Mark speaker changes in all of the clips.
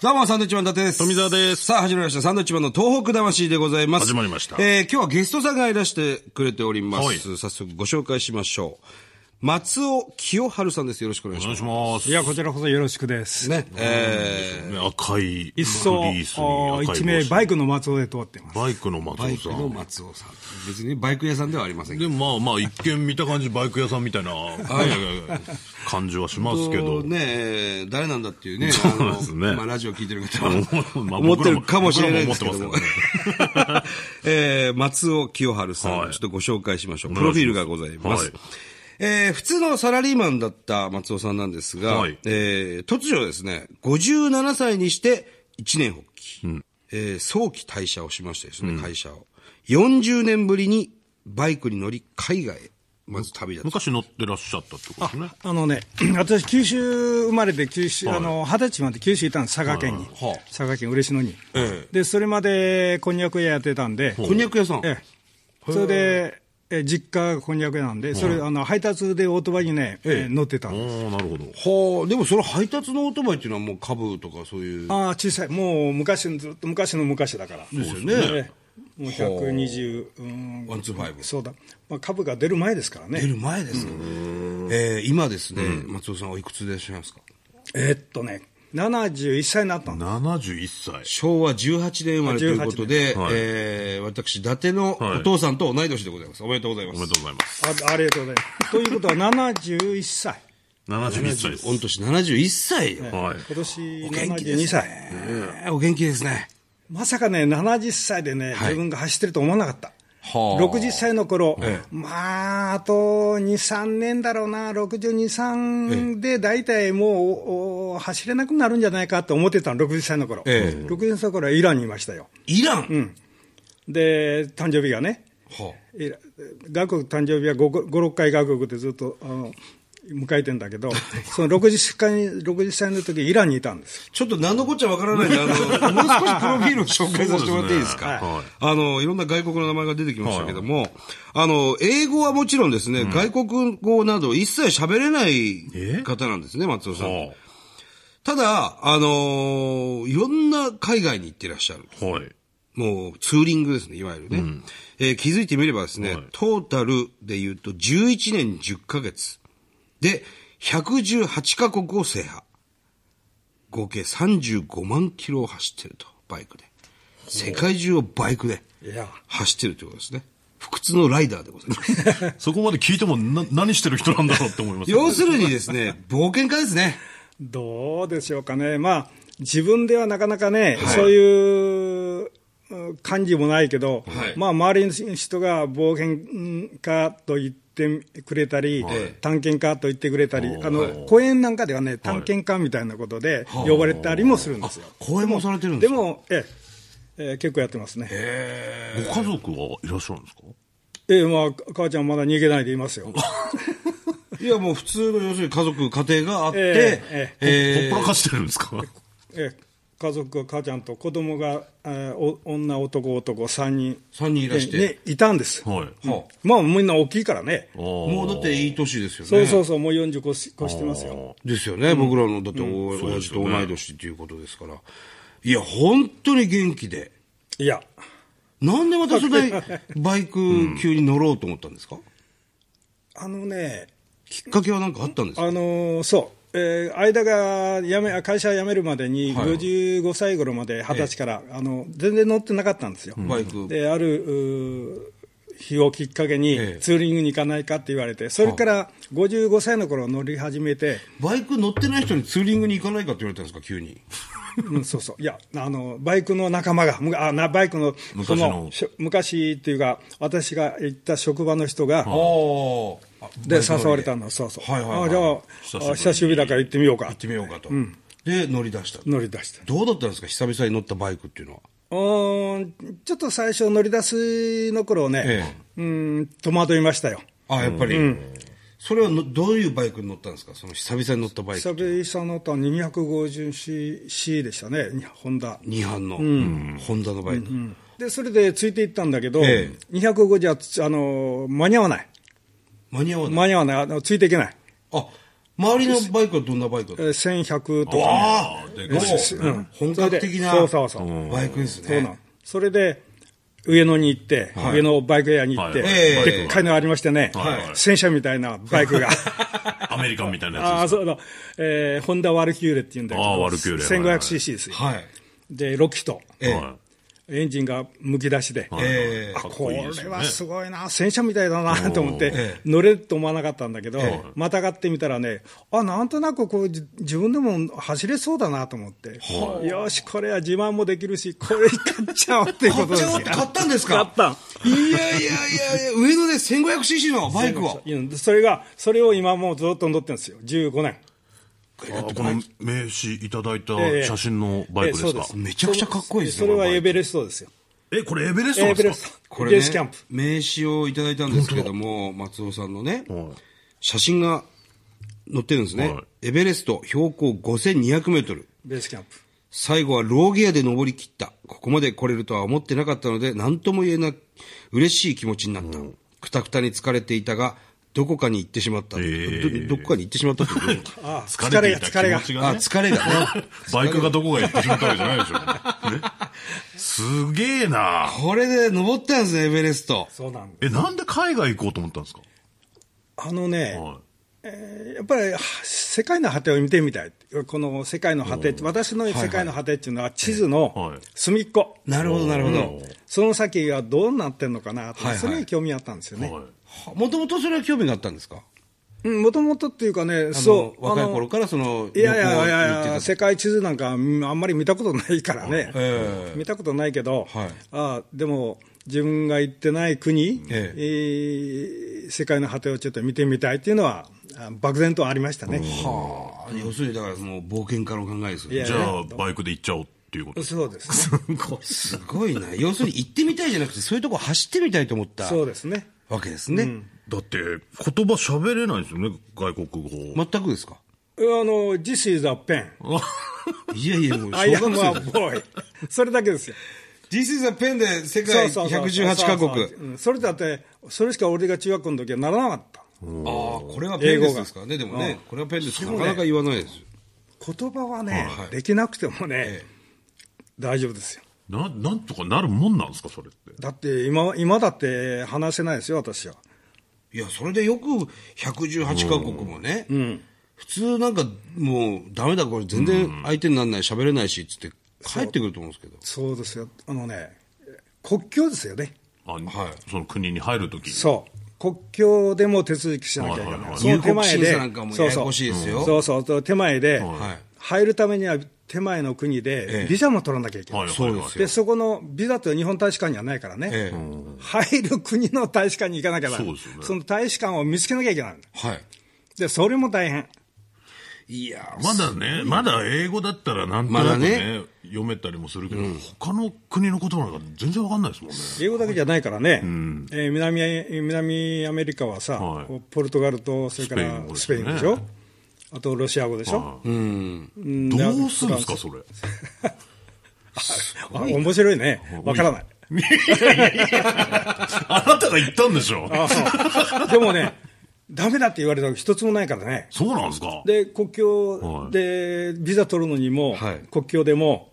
Speaker 1: どうも、サンドウィッチマン伊達です。
Speaker 2: 富澤です
Speaker 1: さあ、始まりました。サンドウィッチマンの東北魂でございます。
Speaker 2: 始まりました
Speaker 1: えー、今日はゲストさんがいらしてくれております。
Speaker 2: はい
Speaker 1: 早速ご紹介しましょう。松尾清春さんです。よろしくお願いし
Speaker 2: お願
Speaker 1: ま
Speaker 2: い
Speaker 1: す。
Speaker 2: します。
Speaker 3: いや、こちらこそよろしくです。
Speaker 1: ね、え
Speaker 2: ね赤い
Speaker 3: 一層、
Speaker 2: フリースに赤い
Speaker 3: 一名バ
Speaker 2: イ
Speaker 3: イクの松尾で通ってます。
Speaker 2: バイクの松
Speaker 1: ー、バイ
Speaker 2: 尾
Speaker 1: ク
Speaker 2: さ
Speaker 1: の
Speaker 2: ん。
Speaker 1: 松尾さん。別にバイク屋さんではありませんけ
Speaker 2: でもまあまあ一見見た感じバイク屋さんみたいな、ね 感じはしますけ
Speaker 1: ど。
Speaker 2: ど。
Speaker 1: ねえー、誰なんだっていうね、
Speaker 2: そうなんですね
Speaker 1: あのまあ、ラジオ聞いてる方は
Speaker 2: まあ
Speaker 1: 思ってるかもしれないですけど
Speaker 2: 僕ら
Speaker 1: も
Speaker 2: も思ってます。
Speaker 1: えー、松尾清春さん、
Speaker 2: はい
Speaker 1: ちょっとご紹介しましょう。
Speaker 2: お
Speaker 1: プ
Speaker 2: 願いし
Speaker 1: ロ
Speaker 2: ます
Speaker 1: フィールがございます。
Speaker 2: はい
Speaker 1: えー普通のサラリーマンだった松尾さんなんですが、
Speaker 2: はい
Speaker 1: えー突如ですね、57歳にして一年発起、えー早期退社をしましてですね、会社を。40年ぶりにバイクに乗り、海外へ、まず旅立つ。
Speaker 2: 昔乗ってらっしゃったってことですね。
Speaker 3: あのね、 私、九州生まれて、九州、あの、二十歳まで九州いたんです、佐賀県
Speaker 1: は
Speaker 3: に。
Speaker 1: いはあ
Speaker 3: 佐賀県嬉野に、
Speaker 1: え
Speaker 3: で、それまで、こんにゃく屋やってたんで、
Speaker 1: こんにゃく屋さん。
Speaker 3: ええ、それで、え実家がこんにゃく屋なんで、それ、あの、配達でオートバイにね、え乗ってたん
Speaker 2: お
Speaker 3: です。
Speaker 2: ーなる
Speaker 1: は
Speaker 2: ほど。
Speaker 1: あ、でもその配達のオートバイっていうのはもう株とかそういう。
Speaker 3: ああ、小さい。もう、昔、ずっと昔の昔だから。
Speaker 1: ですよね。
Speaker 3: もう120、うん
Speaker 1: ワンツーファイブ
Speaker 3: そうだ。まあ、株が出る前ですからね。
Speaker 1: 出る前ですよね。えー今ですね、松尾さんおいくつでいらっしゃいますか
Speaker 3: えーっとね、71歳になったんだ。
Speaker 2: 71歳。
Speaker 1: 昭和18年生まれということで、
Speaker 2: 18年はい
Speaker 1: えー私、伊達のお父さんと同い年でございます。おめでとうございま
Speaker 2: お
Speaker 1: す。
Speaker 2: めでとうございます。
Speaker 3: あありがとうございます。ということは71歳。
Speaker 2: 71歳です。
Speaker 1: 御年71歳よ、
Speaker 2: はい。
Speaker 3: 今年
Speaker 1: 元気です
Speaker 3: 72歳。
Speaker 1: えーお元気ですね。
Speaker 3: まさかね、70歳でね、
Speaker 1: い
Speaker 3: 自分が走ってると思わなかった。
Speaker 1: はあ
Speaker 3: 60歳の頃、まあ、あと2、3年だろうな、62、3で大体もうおお走れなくなるんじゃないかと思ってたの、60歳の頃。
Speaker 1: ええ
Speaker 3: 60歳の頃はイランにいましたよ。
Speaker 1: イラン、
Speaker 3: で、誕生日がね、
Speaker 1: はあ
Speaker 3: えら外国誕生日は 5, 6回外国でずっとあの迎えてんだけ ど、その 60, 回60歳の時イランにいたんです。
Speaker 1: ちょっと何のこっちゃわからないんで、 あの、もう少しプロフィールを紹介させてもらっていいですか。
Speaker 2: そうです
Speaker 1: あの、いろんな外国の名前が出てきましたけども、あの、英語はもちろんですね、外国語など一切喋れない方なんですね、松尾さん。
Speaker 2: は
Speaker 1: ただ、あのーいろんな海外に行ってらっしゃる。
Speaker 2: あはい。
Speaker 1: もうツーリングですね、いわゆるね。えー気づいてみればですね、
Speaker 2: はい
Speaker 1: トータルで言うと11年10ヶ月で118カ国を制覇。合計35万キロを走ってると、バイクで。世界中をバイクで
Speaker 3: いや、
Speaker 1: 走ってるということですね。不屈のライダーでございます。
Speaker 2: そこまで聞いてもな何してる人なんだろうって思います。
Speaker 1: 要するにですね、冒険家ですね。
Speaker 3: どうでしょうかね、まあ、自分ではなかなかね、そういううん感じもないけど、
Speaker 1: はい
Speaker 3: まあ、周りの人が冒険家と言ってくれたり、探検家と言ってくれたり、あの公園なんかではね、探検家みたいなことで呼ばれたりもするんですよ。
Speaker 1: 公演もされてるんで
Speaker 3: です
Speaker 1: か
Speaker 3: も、ええええ結構やってますね。
Speaker 2: ご家族はいらっしゃるんですか
Speaker 3: ええ、まあ、母ちゃんまだ逃げないでいま すよ。
Speaker 1: いや、もう普通の、要するに家族、家庭があって、
Speaker 3: え
Speaker 1: えー
Speaker 2: ほっぽらかしてるんですか
Speaker 3: ええ、家族、母ちゃんと子供が、ええお女、男、男、3人。
Speaker 1: 三人いらして
Speaker 3: ね、いたんです。
Speaker 2: はい。
Speaker 1: はあ
Speaker 3: まあ、みんな大きいからね。
Speaker 1: もうだっていい年ですよね。
Speaker 3: そうそうそう、もう40越し越してますよ。
Speaker 1: ですよね、僕らの、だって、お
Speaker 2: そう
Speaker 1: 親
Speaker 2: で
Speaker 1: 父
Speaker 2: す
Speaker 1: と
Speaker 2: よね
Speaker 1: 同い年っていうことですから。いや、本当に元気で。
Speaker 3: いや、
Speaker 1: なんでまたそれで、バイク急に乗ろうと思ったんですか、
Speaker 3: あのね、
Speaker 1: きっかけは何かあったんですか
Speaker 3: あのそう、えー間が辞め会社辞めるまでに、55歳頃まで、20歳から、あの、全然乗ってなかったんですよ。
Speaker 1: バイク。
Speaker 3: であるうー日をきっかけに
Speaker 1: ええ
Speaker 3: ツーリングに行かないかって言われて、それから55歳の頃乗り始 めて、
Speaker 1: バイク乗ってない人にツーリングに行かないかって言われたんですか急に。
Speaker 3: うん、そうそう、いや、あのバイクの仲間が、むあなバイクの
Speaker 2: 昔
Speaker 3: そ
Speaker 2: の
Speaker 3: しょ昔っていうか、私が行った職場の人が、
Speaker 1: あーあ。
Speaker 3: で
Speaker 1: バイク乗り
Speaker 3: 誘われたの、そうそう、
Speaker 1: はいはいはい
Speaker 3: あじ
Speaker 2: 久しぶ
Speaker 3: ゃ
Speaker 2: りに
Speaker 3: ああ、久しぶりだから行ってみようか
Speaker 1: 行っ、てみようかと。で、乗り出した。
Speaker 3: 乗り出して。
Speaker 1: どうだったんですか久々に乗ったバイクっていうのは。
Speaker 3: うーんちょっと最初、乗り出すの頃ね、
Speaker 1: え
Speaker 3: うん、戸惑いましたよ。
Speaker 1: あ、やっぱり。それはのどういうバイクに乗ったんですかその久々に乗ったバイク。
Speaker 3: 久々のと 250cc でしたね、ホンダ。
Speaker 1: 二班の、ホンダのバイク。
Speaker 3: で、それでついていったんだけど、
Speaker 1: え
Speaker 3: 250はつあの間に合わない、
Speaker 1: 間に合わない。
Speaker 3: 間に合わないあの、ついていけない、
Speaker 1: あ、周りのバイクはどんなバイクだった
Speaker 3: えー1100とか、
Speaker 1: ああ、でかいですね
Speaker 3: うん
Speaker 1: 本格的な
Speaker 3: それでそうそうそう
Speaker 1: バイクですね。
Speaker 3: そうなんそれで上野に行って、上野バイク屋に行って、
Speaker 2: はい
Speaker 3: でっかいのありましてね、
Speaker 2: はい
Speaker 3: 戦車みたいなバイクが。
Speaker 2: アメリカンみたいな
Speaker 3: あ
Speaker 2: や
Speaker 3: あ、
Speaker 2: つです
Speaker 3: そうだ、えー、ホンダワルキューレって言うんだけど、
Speaker 2: あーワルキューレ
Speaker 3: 1500cc ですよ、
Speaker 1: はい。
Speaker 3: で、6気筒、
Speaker 1: ええ
Speaker 2: か。はい
Speaker 3: エンジンがむき出しで、
Speaker 2: はい
Speaker 1: ええ
Speaker 3: あ
Speaker 2: かっ
Speaker 3: こ
Speaker 2: こいいです
Speaker 3: れ
Speaker 2: よね
Speaker 3: はすごいな、戦車みたいだなと思って、
Speaker 1: え
Speaker 3: 乗れると思わなかったんだけど、
Speaker 1: え
Speaker 3: またがってみたらね、あなんとなくこうじ自分でも走れそうだなと思って、よし、これは自慢もできるし、これ買っちゃおうっていう
Speaker 1: 買
Speaker 3: こと
Speaker 1: っ
Speaker 3: で
Speaker 1: ちゃ
Speaker 3: すよ
Speaker 1: おうって買ったんです
Speaker 3: 買
Speaker 1: か
Speaker 3: った
Speaker 1: いやいやいやいや、上野で 1500cc のバイクを。
Speaker 3: うんそれが、それを今もうずっと乗ってるんですよ、15年。
Speaker 2: あこの名刺いただいた
Speaker 3: ええ
Speaker 2: 写真のバイクです
Speaker 3: ええ
Speaker 2: か
Speaker 3: そう
Speaker 1: めちゃくちゃかっこいいですね
Speaker 3: それは
Speaker 1: このバイク
Speaker 3: エベレストですよ。
Speaker 2: え、これエベレスト
Speaker 3: エ
Speaker 2: なん
Speaker 3: ベ
Speaker 2: で
Speaker 3: レ
Speaker 2: すか
Speaker 3: スト。ベースキャンプ。
Speaker 1: 名刺をいただいたんですけども、松尾さんのね、
Speaker 2: はい
Speaker 1: 写真が載ってるんですね。
Speaker 2: は
Speaker 1: エベレスト標高5200メートル。
Speaker 3: ベースキャンプ。
Speaker 1: 最後はローギアで登り切った。ここまで来れるとは思ってなかったので、何とも言えな、嬉しい気持ちになった。くたくたに疲れていたが、どこかに行ってしまった。
Speaker 2: ええ
Speaker 1: どどこかに行ってしまったってどういうこ と
Speaker 3: ああ
Speaker 2: 疲れていた
Speaker 3: 疲れが、
Speaker 2: 気持ち
Speaker 3: 疲れ
Speaker 2: が
Speaker 3: が。
Speaker 1: あ、疲れがね。
Speaker 2: バイクがどこが行ってしまったわけじゃないでしょうね。えすげえな
Speaker 1: これで登ったんですね、エベレスト。
Speaker 3: そうなんだ
Speaker 2: え、なんで海外行こうと思ったんですか
Speaker 3: あのね、
Speaker 2: は
Speaker 3: やっぱりは世界の果てを見てみたい、この世界の果て、私の世界の果てっていうのは、地図
Speaker 2: は
Speaker 3: の
Speaker 2: い
Speaker 3: 隅っこ、
Speaker 1: なるほど、なるほど。
Speaker 3: その先がどうなってるのかなって
Speaker 1: はいは、い
Speaker 3: それに興味あったんですよ
Speaker 2: い。
Speaker 3: ね
Speaker 2: は。
Speaker 1: もともとそれは興味があったんですか
Speaker 3: もともとっていうかね、
Speaker 1: そ。
Speaker 3: そうう、
Speaker 1: 若い
Speaker 3: あの
Speaker 1: 頃からその、
Speaker 3: いやいやい
Speaker 1: 旅行に行っ
Speaker 3: やい
Speaker 1: て
Speaker 3: や、
Speaker 1: た
Speaker 3: 世界地図なんかうんあんまり見たことないからね、
Speaker 1: ええ
Speaker 3: 見たことないけど、
Speaker 1: はい
Speaker 3: ああでも自分が行ってない国、
Speaker 1: ええ
Speaker 3: えー世界の果てをちょっと見てみたいっていうのは、あ漠然とありましたね。
Speaker 1: はあ、要するにだからその冒険家の考えですよ
Speaker 2: い。
Speaker 3: い
Speaker 1: ね
Speaker 3: や。
Speaker 2: じゃあ、バイクで行っちゃおうっていうことです。
Speaker 3: そうですね、
Speaker 1: すごいな。要するに行ってみたいじゃなくて、そういうとこ走ってみたいと思った
Speaker 3: そうですね、
Speaker 1: わけですね。
Speaker 2: だって、言葉喋れないですよね、外国語。
Speaker 1: 全くですか
Speaker 3: あの This is a pen,
Speaker 1: いやいや、もう
Speaker 3: I
Speaker 1: 小
Speaker 3: am
Speaker 1: 学
Speaker 3: a
Speaker 1: 生。
Speaker 3: boy、それだけですよ、
Speaker 1: This is a pen で世
Speaker 3: そ
Speaker 1: 界
Speaker 3: うそうそう
Speaker 1: 118カ
Speaker 3: そう
Speaker 1: 国
Speaker 3: そう。そううんそれだって、それしか俺が中学校の時はならなかった。
Speaker 1: ああ、これはペンですですからね。でもね、これはペンです。なかなか言わないですよ。
Speaker 3: 言葉はね、
Speaker 1: はい
Speaker 3: できなくてもね、
Speaker 1: え
Speaker 3: 大丈夫ですよ。
Speaker 2: な、なんとかなるもんなんですか、それって。
Speaker 3: だって今、今だって話せないですよ、私は。
Speaker 1: いや、それでよく118カ国もね、普通なんかもうダメだ、これ全然相手にならない、喋れないし、つって帰ってくると思うんですけど。
Speaker 3: そうですよ、あのね、国境ですよね、
Speaker 2: あその国に入るときに。
Speaker 3: そう、国境でも手続きしなきゃいけ
Speaker 2: はいはい
Speaker 3: な、
Speaker 2: はいい
Speaker 3: その手
Speaker 1: 入
Speaker 3: 前
Speaker 1: 国審
Speaker 3: で
Speaker 1: 査なんかもややこしいですよ、
Speaker 3: そうそう、そうそう手前で
Speaker 2: はい
Speaker 3: 入るためには手前の国で
Speaker 1: え、
Speaker 3: ビザも取らなきゃいけない、
Speaker 2: はいはい
Speaker 1: そうですよ
Speaker 3: でそこのビザと日本大使館にはないからね、
Speaker 1: ええ
Speaker 3: 入る国の大使館に行かなきゃならな
Speaker 2: そ
Speaker 3: い
Speaker 2: うですよね
Speaker 3: その大使館を見つけなきゃいけない、
Speaker 1: はい。
Speaker 3: でそれも大変、
Speaker 1: いやー
Speaker 2: まだね、まだ英語だったらなんとな
Speaker 1: まだ
Speaker 2: くね、
Speaker 1: ね
Speaker 2: 読めたりもするけど、他の国の言葉なんか全然わかんないですもんね。
Speaker 3: 英語だけじゃないからね、えー南ア南アメリカはさ、
Speaker 2: はい
Speaker 3: ポルトガルと、それからス
Speaker 2: ス
Speaker 3: ペ
Speaker 2: ペ
Speaker 3: イ
Speaker 2: イ
Speaker 3: ン
Speaker 2: ン語
Speaker 3: で
Speaker 2: ですね
Speaker 3: しょ、あとロシア語でしょ、
Speaker 2: はいどうするんですか、それ。
Speaker 3: あ面白いね、わからない。
Speaker 2: あなたが言ったんでしょ。
Speaker 3: でもね、ダメだって言われたの一つもないからね。
Speaker 2: そうなんですか。
Speaker 3: で、国境でビザ取るのにも、
Speaker 1: はい
Speaker 3: 国境でも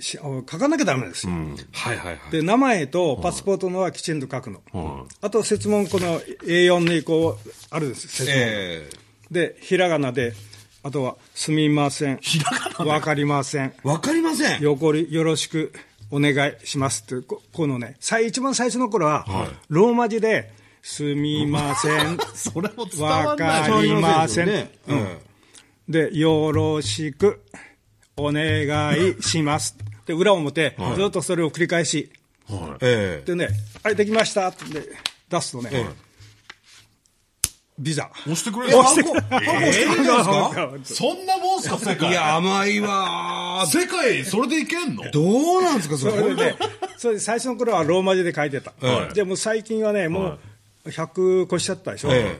Speaker 3: し書かなきゃダメですよ。
Speaker 1: はいはいはい。
Speaker 3: で、名前とパスポートのはきちんと書くの。
Speaker 2: は
Speaker 3: あと、設問、この A4 にこう、あるんです、設問。
Speaker 1: ええ
Speaker 3: で、ひらがなで、あとは、すみません。
Speaker 2: ひらがなで
Speaker 3: わかりません。
Speaker 1: わかりません。
Speaker 3: よこりよろしくお願いしますって、ここのね、最一番最初の頃は、ローマ字で、すみません、
Speaker 2: それも伝わ
Speaker 3: わ
Speaker 2: んない。
Speaker 3: かりません、
Speaker 1: ね
Speaker 3: うんで、よろしくお願いします。で、裏表、ずっとそれを繰り返し、
Speaker 2: はい
Speaker 1: ええ
Speaker 3: でね、はい、できましたって出すと ね、ビザ。
Speaker 2: 押してくれる
Speaker 1: え、
Speaker 2: んで
Speaker 1: ハン
Speaker 2: す
Speaker 1: コ、
Speaker 2: か
Speaker 1: ハンコ押してくれたんですか
Speaker 2: そんなもんすか、世界。
Speaker 1: いや、甘いわー
Speaker 2: 世界、それでいけんの
Speaker 1: どうなんですか、そ
Speaker 3: それ
Speaker 1: れ。
Speaker 3: でね、それで最初の頃はローマ字で書いてた、
Speaker 2: はい
Speaker 3: でも最近はね、もう100越しちゃったでしょ、
Speaker 1: え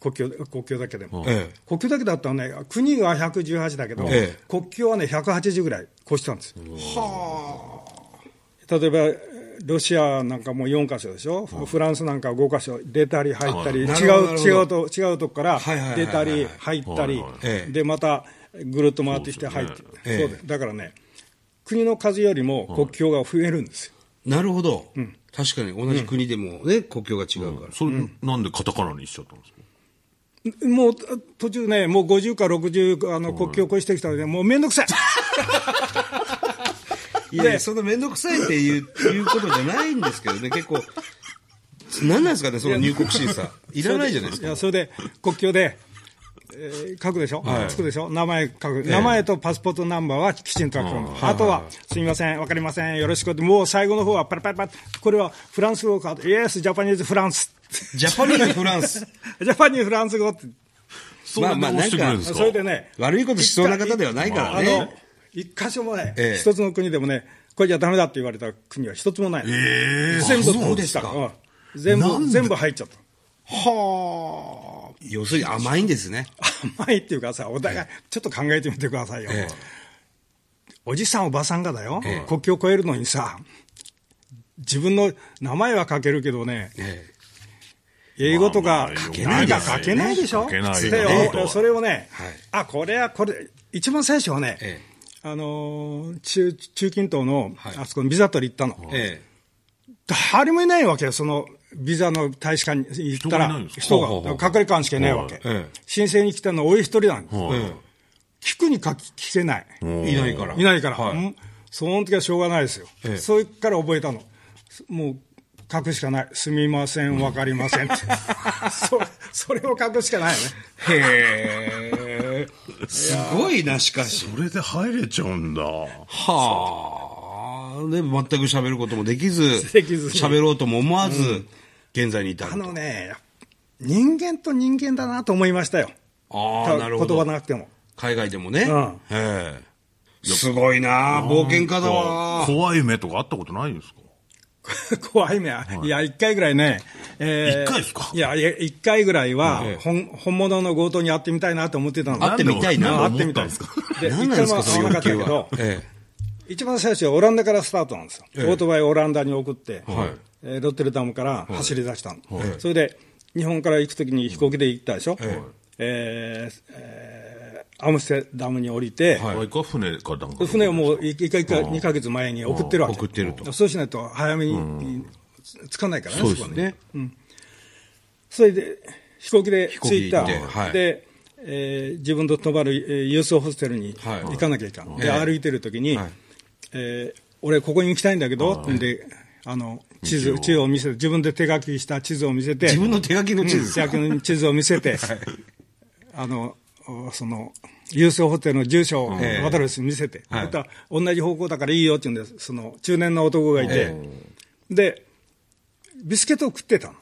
Speaker 3: 国境国境だけでも、
Speaker 1: ええ
Speaker 3: 国境だけだったらね、国が118だけど、
Speaker 1: ええ
Speaker 3: 国境はね、180ぐらい越したんですよ。
Speaker 1: は
Speaker 3: 例えばえーロシアなんかもう4箇所でしょ、フランスなんか5箇所、出たり入ったり、
Speaker 1: はい
Speaker 3: 違
Speaker 1: な
Speaker 3: う
Speaker 1: るほど
Speaker 3: 違うと違うとこから
Speaker 1: はいはいはいはい
Speaker 3: 出たり入ったり
Speaker 2: はいはい
Speaker 1: ええ、
Speaker 3: でまたぐるっと回ってきて入って、そ
Speaker 1: す
Speaker 3: う
Speaker 1: よねええ
Speaker 3: ですだからね、国の数よりも国境が増えるんですよ。
Speaker 1: なるほど、確かに同じ国でもね、国境が違うから、
Speaker 2: それ、なんでカタカナにしちゃったんですか
Speaker 3: もうあ途中ね、もう50か60かあの国境を越してきたので、もうめんどくさい、
Speaker 1: いやいやそんな面倒くさいっていういうことじゃないんですけ どね結構何なんですかねその入国審査 いらないじゃないです
Speaker 3: い
Speaker 1: か
Speaker 3: やそれで国境で、えー書くでしょ、つくでしょ、名前書く、名前とパスポートナンバーはきちんと書く、あとは、すみません、わかりません、よろしくって、もう最後の方はパラパラパラ、これはフランス語か、イエス、ジャパニーズ・フランス、
Speaker 1: ジャパニーズフランス
Speaker 3: ジャパニーズ・フランス語って、
Speaker 2: そ
Speaker 1: まあ
Speaker 2: れ
Speaker 1: まあ
Speaker 2: どうしてくれるんですか
Speaker 3: それでね、
Speaker 1: 悪いことしそうな方ではないから
Speaker 3: あの
Speaker 1: ね
Speaker 3: 一箇所もね、
Speaker 1: ええ
Speaker 3: 一つの国でもね、これじゃだめだって言われた国は一つもない、全部
Speaker 1: あそうですか
Speaker 3: うん全部、全部入っちゃった。
Speaker 1: はあ要するに甘いんですね
Speaker 3: 甘いっていうかさ、お互い、ちょっと考えてみてくださいよ。
Speaker 1: ええ
Speaker 3: おじさん、おばさんがだよ、
Speaker 1: ええ
Speaker 3: 国境を越えるのにさ、自分の名前は書けるけどね、
Speaker 1: え
Speaker 3: 英語とか
Speaker 2: まあ、
Speaker 3: 書けない
Speaker 2: ま
Speaker 3: か
Speaker 2: あ
Speaker 3: 書けないでしょ、
Speaker 2: 書けないよ
Speaker 3: で
Speaker 2: 英語
Speaker 3: お
Speaker 2: は
Speaker 3: それをね、
Speaker 1: はい
Speaker 3: あこれはこれ、一番最初はね、
Speaker 1: え
Speaker 3: あのー中中近東の、
Speaker 1: はい
Speaker 3: あそこのビザ取り行ったの、
Speaker 1: ええ
Speaker 3: 誰もいないわけよ、そのビザの大使館に行っ
Speaker 2: 人
Speaker 3: た
Speaker 2: がい
Speaker 3: ら
Speaker 2: ないんで、すか
Speaker 3: 人が、
Speaker 2: ほうほうほう
Speaker 3: 隔離官しかいないわけ、
Speaker 1: ええ
Speaker 3: 申請に来たのは俺一人なんです、
Speaker 2: はい
Speaker 3: 聞くにかき聞けない。
Speaker 1: えいないから
Speaker 3: いないから、
Speaker 1: は
Speaker 3: うんその時はしょうがないですよ、
Speaker 1: ええ
Speaker 3: それから覚えたの、すもう書くしかない、すみません、わかりませ んって、そそれを書くしかないよね、
Speaker 1: へえすごいなしかし
Speaker 2: それで入れちゃうんだ。
Speaker 1: はあで全く喋ることもできず
Speaker 3: できずに
Speaker 1: 喋ろうとも思わず、現在に至る
Speaker 3: あ
Speaker 1: と
Speaker 3: のね、人間と人間だなと思いましたよ、
Speaker 1: あ
Speaker 3: た
Speaker 1: あなるほど
Speaker 3: 言葉なくても。
Speaker 1: 海外でもね、
Speaker 3: うん
Speaker 1: ええすごいなあ冒険家だ
Speaker 2: なん
Speaker 1: わ
Speaker 2: か怖い目とかあったことないんですか
Speaker 3: 怖い目は、い、や、一回ぐらいね、え
Speaker 2: 一回ですか
Speaker 3: いや、いや一回ぐらいは
Speaker 1: ええ、
Speaker 3: 本本物の強盗に会ってみたいなと思ってたの。
Speaker 1: 会ってみたいな
Speaker 3: 会ってみたい
Speaker 2: なんで思っ
Speaker 3: で、
Speaker 1: 何
Speaker 3: 一
Speaker 1: なんで
Speaker 3: 回
Speaker 1: す
Speaker 3: も
Speaker 1: かそ
Speaker 3: 会
Speaker 1: の
Speaker 3: わなか
Speaker 1: 欲
Speaker 3: っ
Speaker 1: 求
Speaker 3: た
Speaker 1: は
Speaker 3: けど、、
Speaker 1: え
Speaker 3: 一番最初はオランダからスタートなんですよ、
Speaker 1: ええ
Speaker 3: オートバイをオランダに送って、
Speaker 1: はい
Speaker 3: えーロッテルダムから走り出したの、それで日本から行くときに飛行機で行ったでしょ、
Speaker 1: え
Speaker 3: えーえーアムステダムに降りて、
Speaker 1: はい
Speaker 2: バイクは船かなんか。
Speaker 3: 船をもう1か2か月前に送ってるわけ、
Speaker 1: 送ってると
Speaker 3: そうしないと早めに、つかないから
Speaker 1: え
Speaker 3: ね、
Speaker 1: そうで
Speaker 3: そこ
Speaker 1: す
Speaker 3: は
Speaker 1: ね
Speaker 3: それで飛行機で
Speaker 1: 行
Speaker 3: 着
Speaker 1: 機で
Speaker 3: いた、
Speaker 1: はい
Speaker 3: でえー自分の泊まるえーユースホステルに
Speaker 1: はい
Speaker 3: 行かなきゃいけない、
Speaker 1: え
Speaker 3: で
Speaker 1: え
Speaker 3: 歩いてるときに、
Speaker 1: はい
Speaker 3: えー俺、ここに行きたいんだけど、であの地図
Speaker 2: 道を
Speaker 3: 地図を見せて、自分で手書きした地図を見せて、
Speaker 1: 自分の手書きの地図ですか
Speaker 3: うん手書きの地図を見せて、あのおそのユースホテルの住所を
Speaker 1: ええ
Speaker 3: 渡るし見せて、
Speaker 1: はい
Speaker 3: また同じ方向だからいいよって言うんです、その中年の男がいて、で、ビスケットを食ってた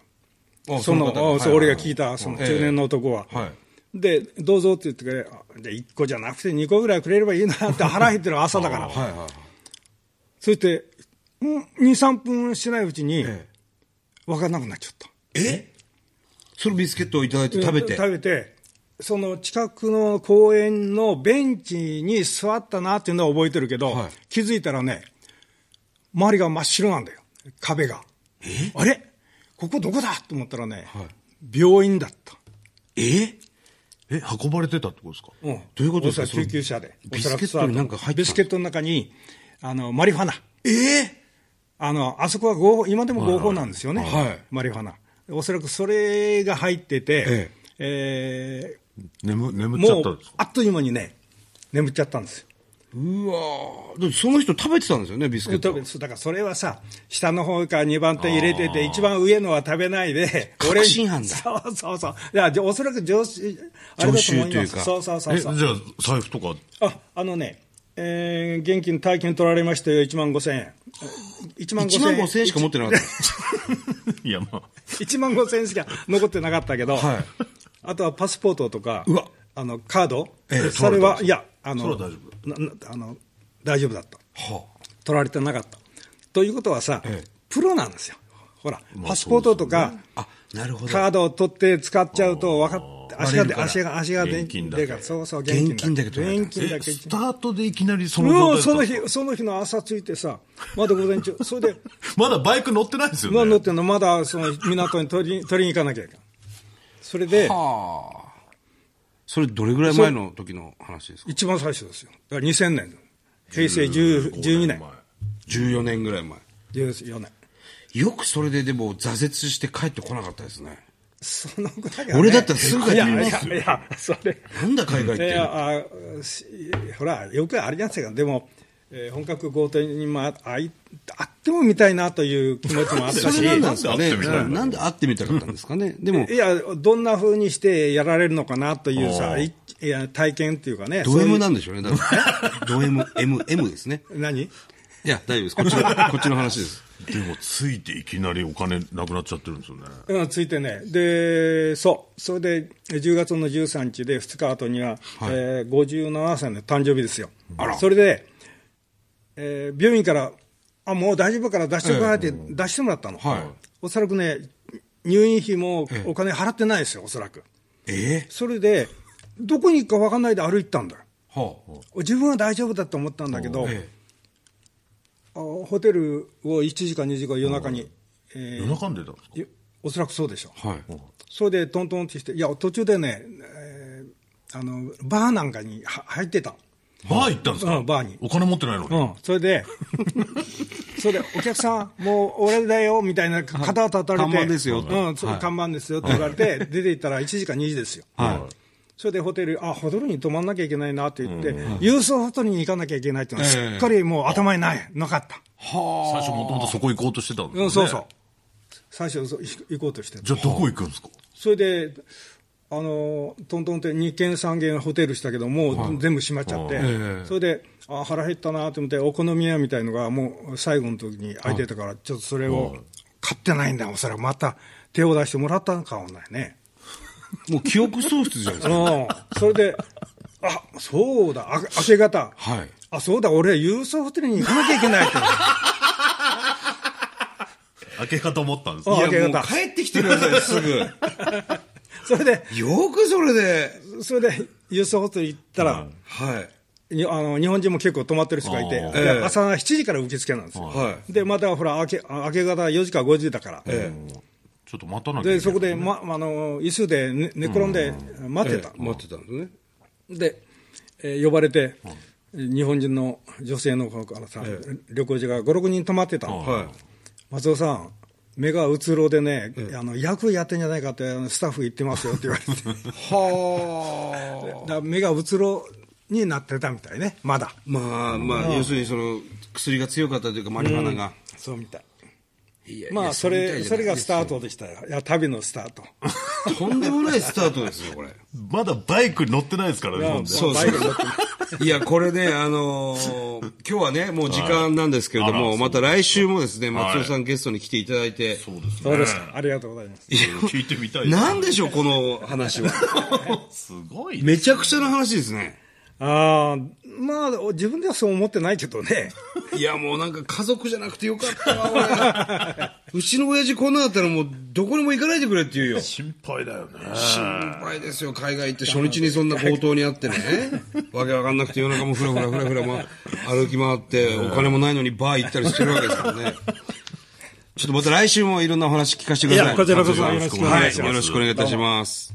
Speaker 3: の。
Speaker 1: あ
Speaker 3: その
Speaker 1: 方が
Speaker 3: あそう
Speaker 1: はい
Speaker 3: 俺が聞いたその中年の男は、
Speaker 1: はい
Speaker 3: でどうぞって言ってくれあで1個じゃなくて2個ぐらいくれればいいなって腹減ってる朝だから、
Speaker 1: はいはい
Speaker 3: そして23分しないうちに
Speaker 1: え
Speaker 3: 分からなくなっちゃった
Speaker 1: えそのビスケットをいただいて食べて
Speaker 3: 食べてその近くの公園のベンチに座ったなっていうのは覚えてるけど、
Speaker 1: はい
Speaker 3: 気づいたらね周りが真っ白なんだよ壁があれここどこだと思ったらね、病院だった
Speaker 1: え
Speaker 2: え、運ばれてたってことですか
Speaker 3: うん
Speaker 1: どういうことですか
Speaker 3: おそらく救急車で。
Speaker 1: ビスケットになんか入ってたんですか
Speaker 3: ビスケットの中に、あの、マリファナ。
Speaker 1: ええ
Speaker 3: あの、あそこは合法、今でも合法なんですよね。
Speaker 1: はいはいはい
Speaker 3: マリファナ。おそらくそれが入ってて、え
Speaker 2: 眠、
Speaker 3: ー
Speaker 2: 眠っちゃ
Speaker 3: も
Speaker 2: ったん
Speaker 3: う
Speaker 2: ですか、
Speaker 3: あっという間にね、眠っちゃったんですよ。
Speaker 1: うわーでもその人食べてたんですよねビスケット
Speaker 3: 多分そうだからそれはさ、下の方から2番手入れてて、一番上のは食べないで、
Speaker 1: 確信犯だ
Speaker 3: 俺にそうそうそう。いや、じゃあおそらく常識、あれだと思
Speaker 1: 常習
Speaker 3: い
Speaker 1: とい
Speaker 3: ま
Speaker 1: う
Speaker 3: す。
Speaker 1: か
Speaker 3: そうそうそう
Speaker 2: え、
Speaker 3: そう。
Speaker 2: じゃあ、財布とか、
Speaker 3: ああのね、えー現金、大金取られましたよ、1万5千円。1万
Speaker 1: 1万5000円しか持って なかった
Speaker 2: いや、まあ、
Speaker 3: 1万5千円しか残ってなかったけど、
Speaker 1: はい
Speaker 3: あとはパスポートとか、
Speaker 1: うわ
Speaker 3: あのカード、
Speaker 1: ええ
Speaker 3: それは、
Speaker 2: 取られたんですか
Speaker 3: いや、あの
Speaker 2: それは
Speaker 3: ななあの大丈夫だった、
Speaker 1: は
Speaker 3: 取られてなかった。ということはさ、
Speaker 1: ええ
Speaker 3: プロなんですよ、ほら、パスポートとか、
Speaker 1: あ、なるほど。
Speaker 3: カードを取って使っちゃうと、分かって、足
Speaker 1: バレ
Speaker 3: が
Speaker 1: る
Speaker 3: で、
Speaker 1: から
Speaker 3: 足が、足がで、
Speaker 2: 現金だ
Speaker 3: で
Speaker 2: け
Speaker 3: か、そうそう、
Speaker 1: 現金だけ取られた
Speaker 3: 現金だけ。
Speaker 2: スタートでいきなりその
Speaker 3: もうそ
Speaker 2: 状
Speaker 3: の
Speaker 2: 態だっ
Speaker 3: 日、その日の朝着いてさ、まだ午前中、それで、
Speaker 2: たまだバイク乗ってないですよね。
Speaker 3: まあ乗ってんの、まだその港に取りに取りに行かなきゃいけない。それで、
Speaker 1: はあ。それどれぐらい前の時の話ですか
Speaker 3: 一番最初ですよ。だから2000年。平成10 12年。
Speaker 1: ?14 年ぐらい前。
Speaker 3: 14年。
Speaker 1: よくそれででも挫折して帰ってこなかったですね。
Speaker 3: そのぐらいがね
Speaker 1: 俺だったらすぐ帰っ
Speaker 3: い
Speaker 1: て
Speaker 3: や
Speaker 1: き
Speaker 3: い
Speaker 1: ま
Speaker 3: や
Speaker 1: すよ。
Speaker 3: いや、それ。
Speaker 1: なんだ海外っ
Speaker 3: い
Speaker 1: て。
Speaker 3: やあしほら、よくあれなんですけど、でも、えー本格強盗に、まあ、あいあっても見たいなという気持ちもあっ
Speaker 1: そ
Speaker 3: たし、
Speaker 1: れなんなんですかね
Speaker 2: なんで会ってみたいな
Speaker 1: うんなんで会ってみたかったんですかね。でも
Speaker 3: い、や、どんな風にしてやられるのかなというさ、いいや体験っていうかね、
Speaker 1: ド M
Speaker 3: そう
Speaker 1: なんでしょうね。だからド M、M、M ですね。
Speaker 3: いう何
Speaker 1: いや、大丈夫です。こっちの、こっちの話です。
Speaker 2: でも、ついていきなりお金なくなっちゃってるんですよね。
Speaker 3: うん、ついてね、で、そう、それで10月の13日で、2日後には、えー57歳の誕生日ですよ、それで、えー病院から、あもう大丈夫から出してもらえて、出してもらったの、
Speaker 1: はい
Speaker 3: おそらくね、入院費もお金払ってないですよ、おそらく。
Speaker 1: え
Speaker 3: それで、どこに行くか分かんないで歩いてたんだよ、
Speaker 1: えはあ。
Speaker 3: 自分は大丈夫だと思ったんだけど、
Speaker 1: え
Speaker 3: あホテルを1時間、2時間、夜中に、え
Speaker 2: 夜中に出たんですか
Speaker 3: ーよおそらくそうでしょう。
Speaker 1: えはい。
Speaker 3: それでトントンってして、いや、途中でね、えーあのバーなんかには入ってた、
Speaker 2: バー行ったんです
Speaker 3: う
Speaker 2: か
Speaker 3: んバーに
Speaker 2: お金持ってないの
Speaker 3: う
Speaker 2: に。
Speaker 3: ん、それ で、それでお客さん、もう俺だよみたいな、肩をたたれて、
Speaker 1: 看板ですよと
Speaker 3: うんそう看板ですよって言われて、出て行ったら1時間2時ですよ。
Speaker 1: は
Speaker 3: それでホテル、あホテルに泊まんなきゃいけないなって言って、郵送ホテルに行かなきゃいけないっていうのは、
Speaker 1: ええ
Speaker 3: すっかりもう頭にない、なかった、
Speaker 2: 最初もともとそこ行こうとしてたんですよね
Speaker 3: うん、そうそう、最初、そう行行こうとして、
Speaker 2: じゃあ、どこ行くんですか
Speaker 3: それで、あのトントンって2軒、3軒ホテルしたけど、もう全部閉まっちゃって、
Speaker 1: ええ
Speaker 3: それで、あ腹減ったなと思って、お好み屋みたいのが、もう最後の時に空いてたから、ちょっとそれを買ってないんだ、おそらくまた手を出してもらったのかもないね。
Speaker 1: い。もう記憶喪失じゃないです
Speaker 3: う
Speaker 1: か。
Speaker 3: ん、それで、あそうだ、あ明け方、
Speaker 1: はい。
Speaker 3: あそうだ、俺、郵送ホテルに行かなきゃいけな いって。
Speaker 2: 開け方思ったんです
Speaker 3: あ
Speaker 2: ね
Speaker 1: い
Speaker 3: 明け
Speaker 1: や、もう
Speaker 3: 方
Speaker 1: 帰ってきてください、すぐ。
Speaker 3: それで、
Speaker 1: よくそれで、
Speaker 3: それで、郵送ホテル行ったら、
Speaker 1: はい。
Speaker 3: にあの日本人も結構泊まってる人がいて、
Speaker 2: あー
Speaker 3: で
Speaker 1: ええ
Speaker 3: 朝7時から受付なんですよ、
Speaker 1: は
Speaker 3: でまたほら明け、明け方4時から5時だから、
Speaker 1: え
Speaker 2: ちょっと待たなきゃいけない
Speaker 3: でそこで、ま、あの椅子で寝寝転んで
Speaker 1: え
Speaker 3: 待ってた、
Speaker 1: 待ってたんですね。
Speaker 3: で、えー呼ばれて、日本人の女性の方からさ、
Speaker 1: え
Speaker 3: 旅行者が5、6人泊まってたの、
Speaker 1: は
Speaker 3: 松尾さん、目がうつろでね、あの役やってんじゃないかって、あのスタッフ言ってますよって言 われて、
Speaker 1: い。
Speaker 3: だ
Speaker 1: はあ。
Speaker 3: から目がうつろになってたみたいね、まだ。
Speaker 1: まあまあ、要するにその薬が強かったというか、マリファナが。
Speaker 3: そうみたい
Speaker 1: いやい
Speaker 3: ま
Speaker 1: や
Speaker 3: あそれそれがスター
Speaker 1: ト。
Speaker 3: トでしたよ、いや旅のスタート、
Speaker 1: とんでもないスタートですよ、これ。
Speaker 2: まだバイク乗ってないですからね、日本で。
Speaker 1: そう
Speaker 3: バ
Speaker 1: そ
Speaker 3: イ
Speaker 1: う
Speaker 3: ク乗ってま
Speaker 1: いや、これね、あのー今日はね、もう時間なんですけれど
Speaker 2: はいあ
Speaker 1: も、
Speaker 2: ら
Speaker 1: また来週もですね、
Speaker 2: はい
Speaker 1: 松尾さんゲストに来ていただいて、
Speaker 2: そうです
Speaker 3: そうですか、ありがとうございます。
Speaker 2: 聞いてみたい
Speaker 1: なんでしょう、この話は。
Speaker 2: すごいね
Speaker 1: めちゃくちゃな話ですね。
Speaker 3: あーまあ、自分ではそう思ってないけどね、
Speaker 1: いや、もうなんか家族じゃなくてよかったわ、俺。うちの親父こんなだったらもうどこにも行かないでくれって言うよ。
Speaker 2: 心配だよね
Speaker 1: 心配ですよ、海外行って初日にそんな強盗にあ ってね、わけわかんなくて夜中もふらふらふらふら、ま、歩き回って、お金もないのにバー行ったりしてるわけですからね。ちょっとまた来週もいろんなお話聞かせてください。
Speaker 3: いやこちらこ
Speaker 1: 松井
Speaker 3: そ
Speaker 1: さん
Speaker 3: よろしくお願いします
Speaker 1: はよろしくお願いいたします。